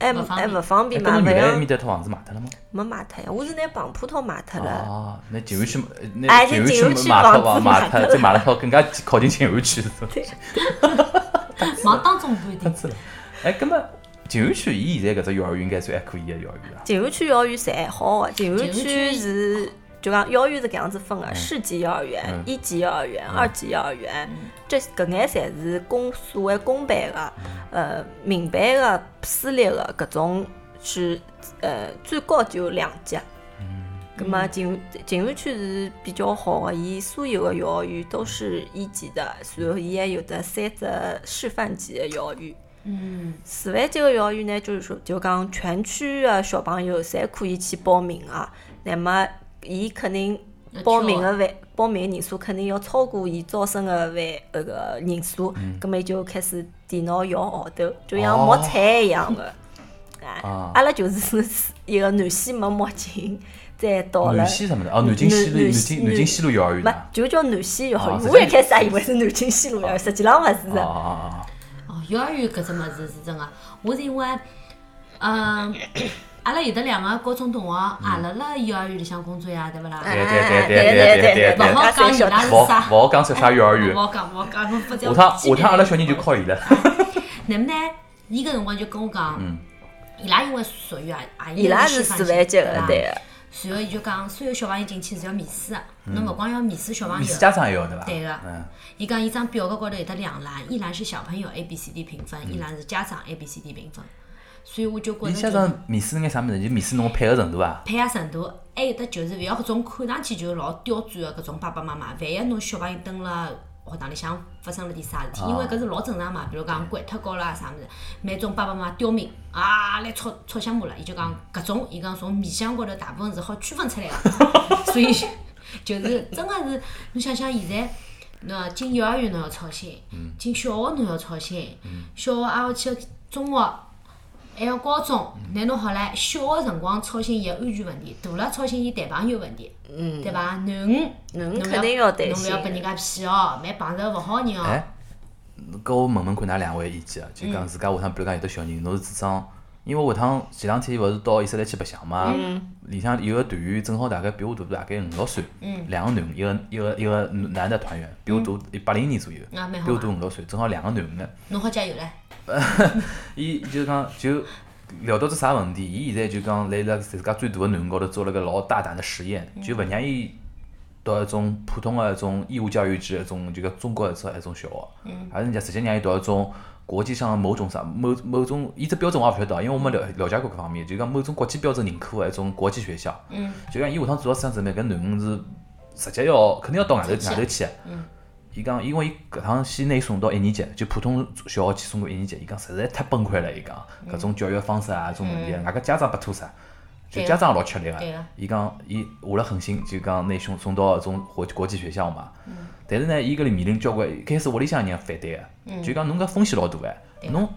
还
勿方
还
便
勿方
得。
便
搿
嘛，
侬
勿
原来埃面
像
搭套房子卖脱了吗？
没买脱呀。我是拿旁铺套买脱了，
哦，那静安区那
哎
静安
就
区
静安区
买套
房子
房
买
买脱，
脱
再买了套更加靠近静安区。
忙当中不一
太
定，
次了。哎，搿么静安区伊现在搿只幼儿园应该算还可以个幼儿园了。啊
静安区幼儿园侪好个，静安
静安
区
区
是就讲幼儿园是搿样子分个，市级幼儿园、一级幼儿园、二级幼儿园，这搿眼侪是公所谓公办个，呃，民办个、私立个搿种是呃最高就有两级。葛么静静安区是比较好个，伊所有个幼儿园都是一级的，然后伊还有得三只示范级的幼儿园。
嗯，
示范级个幼儿园呢，就是说就讲全区个小朋友侪可以去报名啊。那么伊肯定报名个范报名个人数肯定要超过伊招生个范那个人数，葛么伊就开始电脑摇号头，就像
哦
摸彩一样个。
啊
啊，阿拉就是一个南西没摸清，再到了
南西什么的哦，南京西路、
南
南
西
京南京西路幼儿园啊
没
呐。
就叫南西幼儿
哦
园。我一开始也以为是南京西路幼儿园，实际上勿是
哦哦
的。
哦哦。
哦，幼儿园搿只物事是真个，我是因为，嗯，阿拉有得两个高中同学也辣辣幼儿园里向工作呀，对勿啦？
对对对对对
勿好讲伊
晓
拉
得
是
勿
啥，
勿好讲说啥幼儿园
勿，好讲，勿好讲，哎我不
下趟下趟阿拉小人就靠伊了。
那么呢，伊搿辰光就跟我讲，伊拉因为属于啊，啊
伊拉是示范级
伐
个，对个。
然后伊就讲，所有小朋友进去是要面试个，侬勿光要面试小朋
面
友
<laughs> 试，家长也要对伐？
对个
嗯，
伊讲一张表格高头有得两栏，一栏是小朋友 A B C D 评分，一栏是家长 A B C D 评分，所以我就觉
伊
着
嗯家
就是
长面试是眼啥物事？就面试侬个配合程度啊。
配合程度，还有得就是勿要搿种看上去就是老刁钻个搿种爸爸妈妈，万一侬小朋友蹲辣学堂里向发生了点啥事体，因为搿是老正常嘛，比如讲掼脱高啦啥物事，每种爸爸妈妈刁民啊来吵吵相骂了，伊就讲搿种，伊讲从面相高头大部分是好区分出来个，所以就是真个是，侬想想现在。喏，进幼儿园侬要操心，进小学侬要操心，小学挨下去中学还有高中，拿侬好唻，小个辰光操心伊个安全问题，大了操心伊谈朋友问题，对伐？囡恩，
囡
侬
嗯肯定要担
侬勿
心
要拨人家骗哦，万一碰着勿好人哦嗯
哎，搿我问问看㑚两位意见啊，就讲自家下趟比如讲有的小人，侬是主张因为下趟前两天勿是到以色列去白相嘛，
嗯
里向有个团员正好大概比我大大概五六岁，
嗯
两个囡，一个一个一个男的团员，比我大八零年左右，
啊蛮好
比我
啊
大五六岁，正好两个男的。
侬好加油唻，
伊就是讲就聊到只啥问题，伊现在就讲来辣自家最大的囡恩高头做了个老大胆的实验，就勿让伊读一种普通的一种义务教育制一种就讲中国一种一种小学，还是人家直接让伊读一种国际上的某种啥某某种，伊只标准我也勿晓得，因为我没了了解过搿方面，就讲某种国际标准认可的一种国际学校，就讲伊下趟做到啥子呢？搿囡恩是直接要肯定要到外头外头去的。啊伊讲，因为伊搿趟先拿伊送到一年级，就普通小学去送到一年级，伊讲实在太崩溃了。伊讲搿种教育方式啊，种问题啊，外加家长不吐啥，就
对
家长也老吃力啊
对
个
个。
伊讲，伊下了狠心，就讲拿伊送送到搿种国国际学校嘛。但是呢，伊搿里面临交关，开始屋里向人反对个，就讲侬搿风险老大个，侬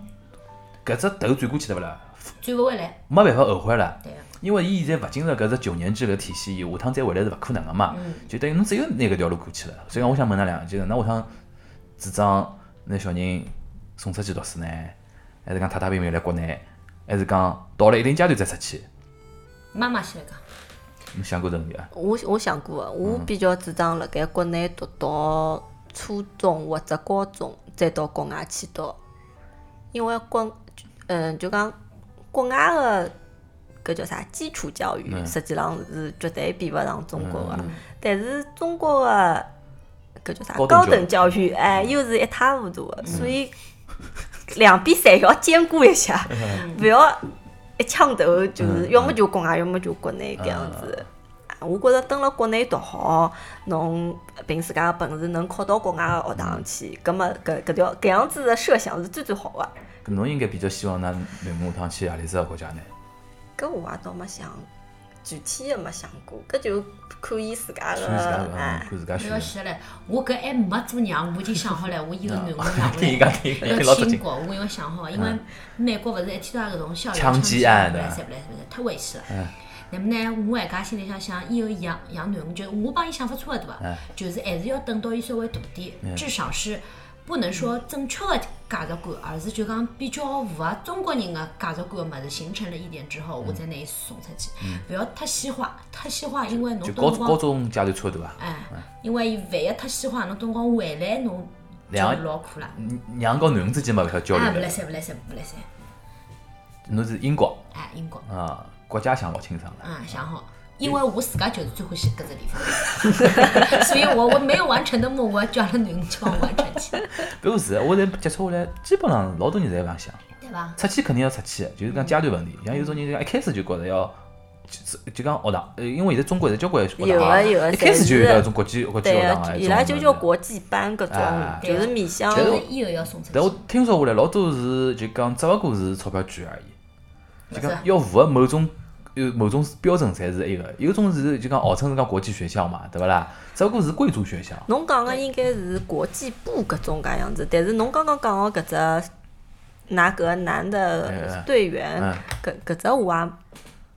搿只头转过去对勿啦？
转勿回来，
没办法后悔了。
对个，
因为伊现在勿进入搿只九年制搿体系，伊下趟再回来是勿可能个嘛，就等于侬只有拿搿条路过去了。所以讲，我想问㑚两，就是㑚下趟主张拿小人送出去读书呢，还是讲太太平平来国内，还是讲到了一定阶段再出去？
妈妈先来讲，
侬想过这个问题伐？
我我想过的，我比较主张辣盖国内读到初中或者高中，再到国外去读，因为国，嗯，就讲国外的搿叫啥基础教育，
嗯
实际上是绝对比勿上中国的。但是中国的搿叫啥
高等教
高
育嗯
等教育，哎，又是一塌糊涂的，所以两边侪要兼顾一下，
嗯
勿要一枪头，就是要么就国外，要么就国内搿样子。啊
嗯
我觉着蹲辣国内读好，侬凭自家的本事能考到国外个学
嗯
堂去，葛末搿搿条搿样子的设想是最最好个。
搿侬应该比较希望㑚囡恩下趟去何里只个国家呢？
搿我也倒没想，具体也没想过，搿就看伊自家
看
个
自家嗯个，
哎
看。自家
勿
选
要。死了，我搿还没做娘，我已经想好了，我以后
<laughs>
囡恩哪
啊听伊
会
讲，听伊讲，老
要去
直
英
接。
国，我要想好，因为美国勿是一天到晚搿种校园
枪击案
不
嗯对
来
吧
塞不来塞不来，太危险了。那么呢，我还家心里向想，以后养养囡恩，就我帮伊想法差勿多
嗯，
就是还是要等到伊稍微大点，至少是不能说正确的价值观，而是就讲比较符合中国人的价值观的物事形成了一点之后，
嗯
我再拿伊送出去，不要太西化，太西化，因为侬
就
到
高
辰光
高中阶段差勿多啊，
哎，因为伊万一太西化，侬辰光回来侬就
两
老苦了。
娘嗯和囡恩之间嘛勿晓得交
啊，
流
勿来
了。
三，勿来三，勿来三，
侬是英国
哎，英国，
啊，国家想老清爽了。
嗯，想好，因为我自家就是最欢喜搿只地方，所以我我没有完成的梦，我要叫了囡恩去帮我完成去，
不过是，我现在接触下来，基本上老多人侪勿想，
对
<laughs>
伐？
出去肯定要出去，就是讲阶段问题。像有种人就讲一开始就觉着要，就就讲学堂，呃，因为现在中国现在交关学堂啊，
有的有的
一开始就有
侪是
那种国际国际
对
学
个
堂啊，，
伊拉就叫
国。
国际班搿
哎
种，就是面向
但是
就
我
是以后要送出
但我
去，
听说下来，老多是就讲，只勿过是钞票贵而已，就
不
讲
是
要符合某种。有某种标准才是一个，有种是就讲号称是讲国际学校嘛，对勿啦？只不过是贵族学校，
侬讲啊个应该是国际部搿种介样子，但是侬刚刚讲个搿只。拿搿个男
哎哎
的队员
嗯，
搿搿只我也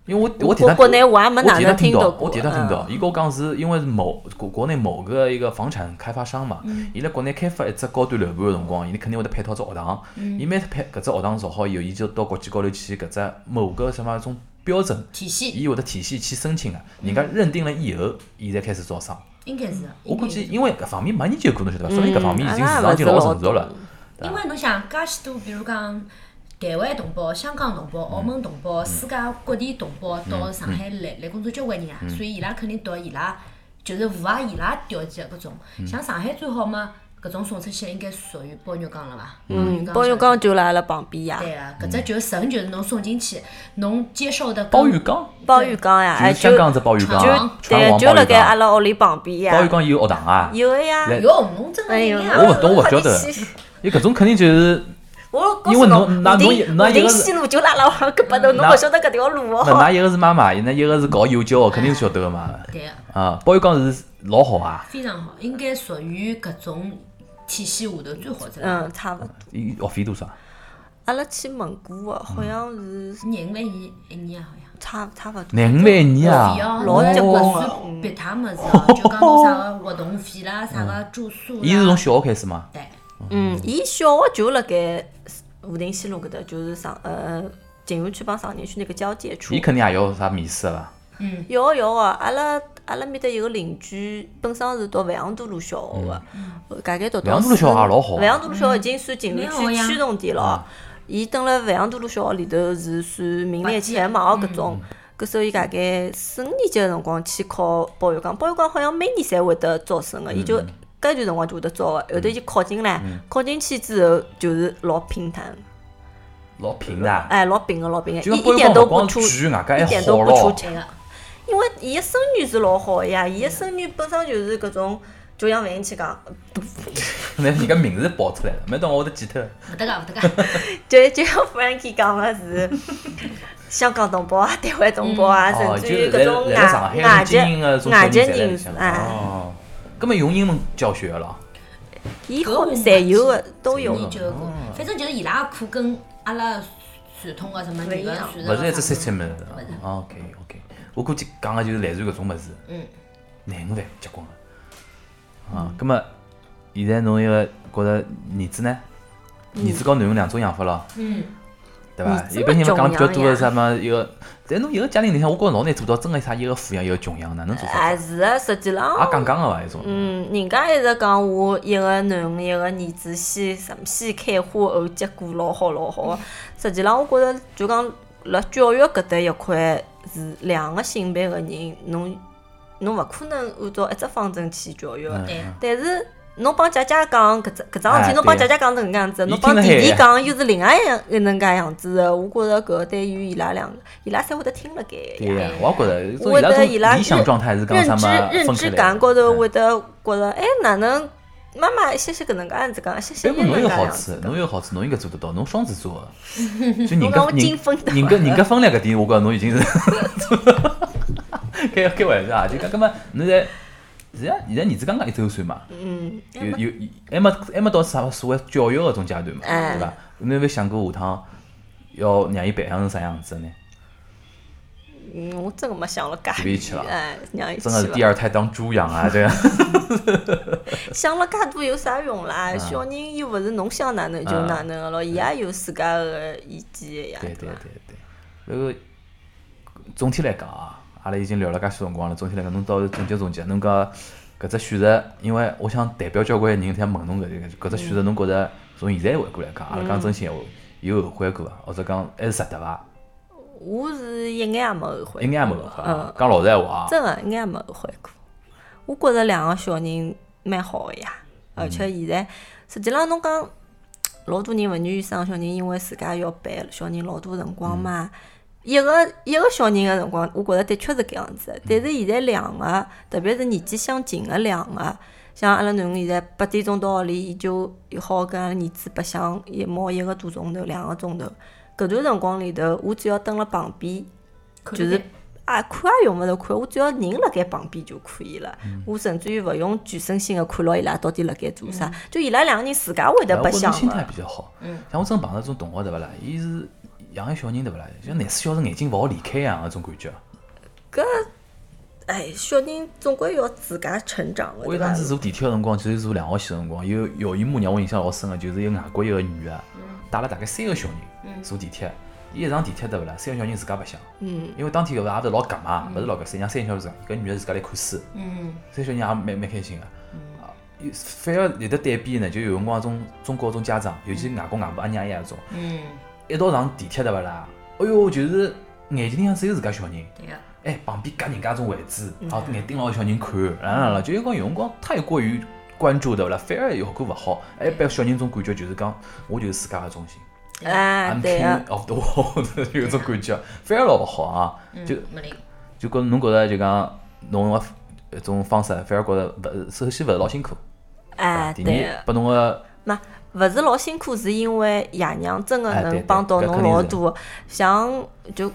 因为我我第一
国
趟
国内我还没
我
哪
第一
能
趟听
到
到，
过。
我第一趟听到，
嗯
伊跟我讲是因为是某国国内某个一个房产开发商嘛，
嗯
伊辣国内开发一只高端楼盘个辰光，伊肯定会得配套只学堂，
嗯
伊每配搿只学堂造好以后，伊就到国际高头去搿只某个什么种标准，
体系
伊会得体系去申请个，人家认定了以后，伊才开始招商。
应该是的，
我
应
估
该是
计
的。
因为搿方面没研究过，侬晓得伐？说明搿方面已经
嗯阿拉
市
也
场已经
勿是
老
老
成熟了
懂。
因为侬想，介许多，比如讲台湾同胞、香港同胞、澳门同胞、世界各地同胞到上海来来工作交关人啊，
嗯
所以伊拉肯定读伊拉就是符合伊拉条件的搿种。像上海最好嘛，搿种送出去应该属于包玉岗了伐？
嗯，包玉
岗。
刚就辣阿拉旁边呀，
对啊，搿只就是神，就是侬送进去，侬接受的
鲍
跟
鱼江
包玉刚呀，
就
嗯哎
是香港只鲍鱼江
就
啊，
就
船
对，
王
就
鲍
辣
鱼
盖阿
江，
拉屋里旁边
鲍鱼
呀，
江有学堂啊。
有的呀。
来
哟，侬真
哎
的啊
呦
有
我勿懂我勿晓得
快点去
伊搿种肯定就是
我告
因
诉
为
侬
侬那
武
侬
定
也那
武
一个
定
是
西路就辣阿拉搿搭头，侬
那
勿晓得搿条路
<laughs> 那
哦。
㑚一个是妈妈，那一个是搞幼教的，肯定晓得个嘛。
对，
啊，包邮讲是老好啊，
非常好，应该属于搿种体系下头最好只。
嗯，差勿多。
伊学费多少？
阿拉去问过个，好像是
廿五万一一年啊，好像。
差差勿多。
廿五万一年
费
啊！
哦
老结棍
搿
了
是别他么子哦，就讲侬啥个活动费啦，啥个住
<laughs>
宿啦。
伊是从小学开始嘛？
对，
嗯，伊小学就辣盖武定西路搿搭，就是上呃静安区帮长宁区那个交界处
伊。肯定也有啥面试伐？
有个有个，啊阿拉阿拉面搭有个邻居，本身是读万阳都路小学的，呃大概读到
嗯万阳都路小学也老好啊嗯
万阳都路小学已经算静安
蛮好呀
区驱动点了。伊蹲辣万阳都路小学里头是算名列前茅搿种。
嗯
搿时候伊大概四五年级个辰光去考保育岗，保育岗好像每年侪会得招生
嗯
个，伊就搿段辰光就会得招个，后头伊考进来，考进去之后就是老平坦，
老平的，
哎，老平个老平个，
就
一
讲保育
一
岗
点都
辰
不
光
出，
巨，外加还
一点都
好
不出
咯。
挑
对个，
因为伊个声誉是老好个呀，伊个声誉本身就是搿种，就像范英去讲，
那人家名字报出来了，没等我都记脱
<laughs>
了。
勿得个，勿得个，
就就像 Frankie 讲个是香港同胞啊、台湾同胞啊，
哦，
甚
就
至于
是
搿
来
种
来了上
外
海
外
人
籍
精英的中
外
国
籍
人才来里
人士
向。
哎，
哦，咁么用英文教学个咯？
伊好侪有个都有
侪有
个
的。
就有过反正就是伊拉个课跟阿拉传统个什么日
不一
本
样
传
勿
统
是一只
个啥
system 的
勿是
OK OK，我估计讲个就是类似搿种物事。
嗯。
廿五万结棍个。啊，咁么现在侬一个觉着儿子呢？儿子和囡恩两种养法咯，
嗯，
对
嗯儿
伐？
子
一般人
嘛
讲比较
穷
多个
养
啥么一个，但侬一个家庭里向，我觉着老难做到，真个啥一个富养一个穷养，哪能做法？啊
哎，是个，实际浪。
也讲讲个伐？一种。
嗯，人家一直讲我一个囡恩一个儿子先什么先开花后结果老好老好个，实际浪我觉着就讲辣教育搿搭一块是两个性别个人，侬侬勿可能按照一只方针去教育个。
嗯
对，
但是侬帮姐姐讲搿只搿桩
哎
事体，侬帮
对
姐姐讲是搿能介样子，
伊
侬
听
帮
了
弟
海
弟
呀
讲又是另外一样一能介样子的。我觉着搿对于伊拉两个，伊拉侪会得听了搿个呀。
对呀，我也觉着，
我
种
得
伊
伊
拉
拉
种理想状态是讲啥
认知
么
认
分
知
开来
感
的
高头
嗯
会得觉着，哎，哪能妈妈一些些搿能介样子讲，一些些
别
又
过侬
能
有
介
好
样
处
子，。
侬有好处，侬应该做得到。侬双子座 <laughs> 的，就人
侬
家
讲 <laughs> 我精分的
人人家人家分量搿点，我觉着侬已经是 <laughs> 开开玩笑啊！就讲，葛末侬现在现在现在儿子刚刚一周岁嘛，
嗯，
有有还没还没到啥所谓教育搿种阶段嘛，
哎
对伐？侬有没有想过下趟要让伊培养成啥样子呢？
嗯我真个没想了介
随便去了
多，哎，让伊去
真的是第
伐。
二胎当猪养啊！这样
想了介多有啥用
嗯
啦？小人又勿是侬想哪能就
啊
哪能个咯，伊也有自家个意见个呀。
对对
伐
对对。然后总体来讲啊，阿拉已经聊了介许多辰光了。总体来讲，侬到时候总结总结，侬讲搿只选择，因为我想代表交关人想问侬搿个搿只选
嗯
择，侬觉着从现在回顾来讲，阿拉讲真心闲话，有后悔过伐？或者讲还是值得伐？
我是一眼也没后悔，
一眼也没后悔啊
嗯。
讲老实闲话啊，
真的一眼也没后悔过。我觉着两个小人蛮好个呀，而且现在实际浪侬讲，老多人勿愿意生小人，因为自家要陪小人老多辰光嘛。一个一个小人个辰光，我觉着的确是搿样子的。但是现在两个，特别是年纪相近个两个，像阿拉囡恩现在八点钟到学里，伊就好跟阿拉儿子白相一毛一个多钟头，两个钟头。搿段辰光里头，我只要蹲辣旁边，
看
就
得
是
见
啊，看也用勿着看，我只要人辣盖旁边就可以了。
嗯
我甚至于勿用全身心个看牢伊拉到底辣盖做啥，就伊拉两个人自家会得
哎
白
我觉着
相嗯
侬心态
个。
比较好。像我真碰到种同学对勿啦？伊是养一小人对勿啦？像廿四小时眼睛勿好离开一样搿种感觉。
搿哎，小人总归要自家成长个，
我有
对
趟
伐？
子坐地铁个辰光，就是坐两号线个辰光，有有一幕让我印象老深个，就是一个外国一个女个，
嗯
带了大概三个小人坐地铁。伊一上地铁对勿啦？三个小人自家白相，
嗯，
因为当天搿外头老赶嘛，勿是老赶，三让三个小人自家，搿女个自家来看书，
嗯，
三个小人也蛮蛮开心个。
嗯
啊，有反而立得对比呢，就有辰光种中国种家长，尤其是外公外婆阿娘爷搿种，
嗯，
一道上地铁对勿啦？哎哟，就是眼睛里向只有自家小人，
对啊个，
哎，旁边夹人家种位置，
嗯
好眼盯牢小人看，哪能了？就有辰光有辰光太过于关注对勿啦，反而效果勿好。哎，拨小人种感觉就是讲，我就是自家个中心
哎，
，I'm
对啊
king
个，
of the world，有 <laughs> 种感觉，反而老勿好啊。就
嗯，没灵，
就觉侬觉着就讲侬个一种方式，反而觉着勿首先勿是老辛苦，
哎，
第
对个
二。拨侬个
嘛，勿是老辛苦，是因为爷娘真个
哎对
能
对
帮到
搿
侬
肯定
老
是
多。像就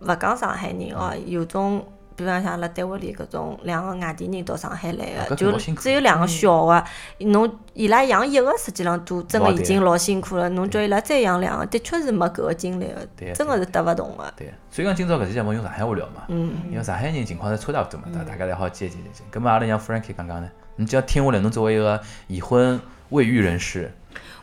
勿讲上海人
嗯
哦，有种比方像阿拉单位里搿种两个外地人到上海来
啊搿肯
个，就
定老辛苦嗯
只有两个小个，侬伊拉养一个实际浪都真个
老
已
对
经老辛苦了，侬叫伊拉再养两个，的确是没搿个精力
对啊
个，真个是搭勿动个。
对，所以讲今朝搿期节目用上海话聊嘛，
嗯
因为上海人情况侪差勿多嘛，大大家侪好接近接近。咁么阿拉让 Frankie 讲讲呢，你只要听下来，侬作为一个已婚未育人士，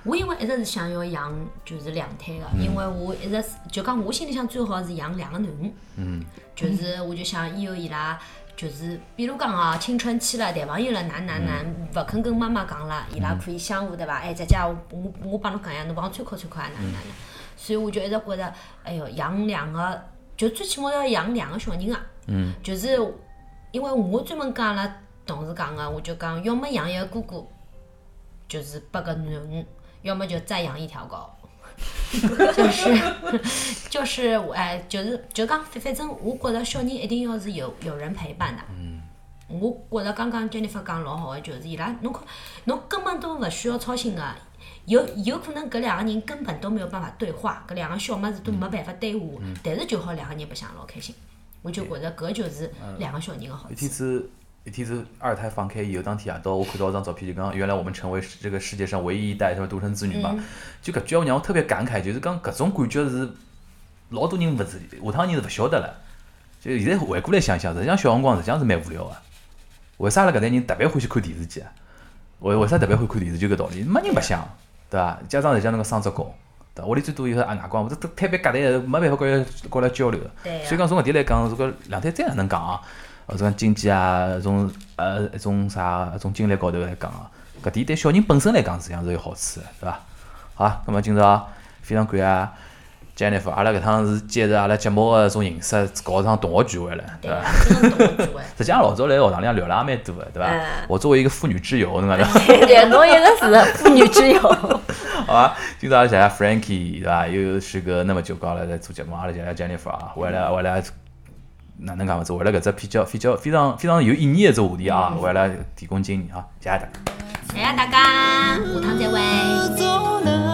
我因为一直是想要养就是两胎
嗯
个，因为我一直是就讲我心里想最好是养两个囡恩。
嗯，
就是我就想以后伊拉就是，比如讲啊，青春期了，谈朋友了，哪哪哪，
嗯
勿肯跟妈妈讲了，伊拉可以相互对伐？哎，姐姐，我我我帮侬讲呀，侬帮我参考参考啊，哪哪
嗯
哪。所以我就一直觉着，哎哟，养两个，就最起码要养两个小人啊。
嗯，
就是因为我专门跟阿拉同事讲个，啊我就讲，要么养一个哥哥，就是拨个囡恩，要么就再养一条狗。 <laughs> 就是就是我哎，就是就讲反反正，我觉着小人一定要是有有人陪伴的。嗯。我觉着刚刚 Jennifer 讲老好个，就是伊拉侬看，侬根本都勿需要操心个、有有可能搿两个人根本都没有办法对话，搿两个小物事都没办法对话，
嗯
但是就好两个人白相老开心。我就觉着搿就是两个小人个好
嗯一
处
天。子一天子二胎放开以后，当天夜到我看到一张照片，就讲原来我们成为世这个世界上唯一一代什么独生子女嘛，就搿句话让我特别感慨，就是讲搿种感觉是老多人勿是下趟人是勿晓得了。就现在回过来想想，实际上小辰光实际上是蛮无聊个、啊为啥阿拉搿代人特别欢喜看电视剧啊？为为啥特别欢喜看电视剧？就搿道理，没人白相，对伐？家长实际上能够生只工，对伐？屋里最多就是阿外公，这都特别隔代，没办法跟伊跟伊拉交流的。
对啊
所以讲从搿点来讲，如果两代再哪能讲啊？呃，从经济啊，从呃一种啥一种经历高头来讲啊，搿点对小人本身来讲实际上是有好处的，对伐？好啊，那么今朝非常感谢 Jennifer，阿拉搿趟是借着阿拉节目个种形式搞一场同学聚会了，对
对
伐？
啊，真个懂我主哎。
实际上老早来学堂里向聊了也蛮多的，对伐
嗯？
我作为一个妇女之友，侬讲对伐？
<laughs> 对，侬一直是妇女之友。
<laughs> 好吧，今朝阿拉谢谢 Frankie 对伐？又时隔那么久，跟阿拉来做节目，阿拉谢谢 Jennifer 啊，为了为了哪能讲法子？为了搿只比较比较非常非常有意义的一只话题啊，为了提供建议啊，谢谢大家。
谢谢大家，下趟再会。
走了。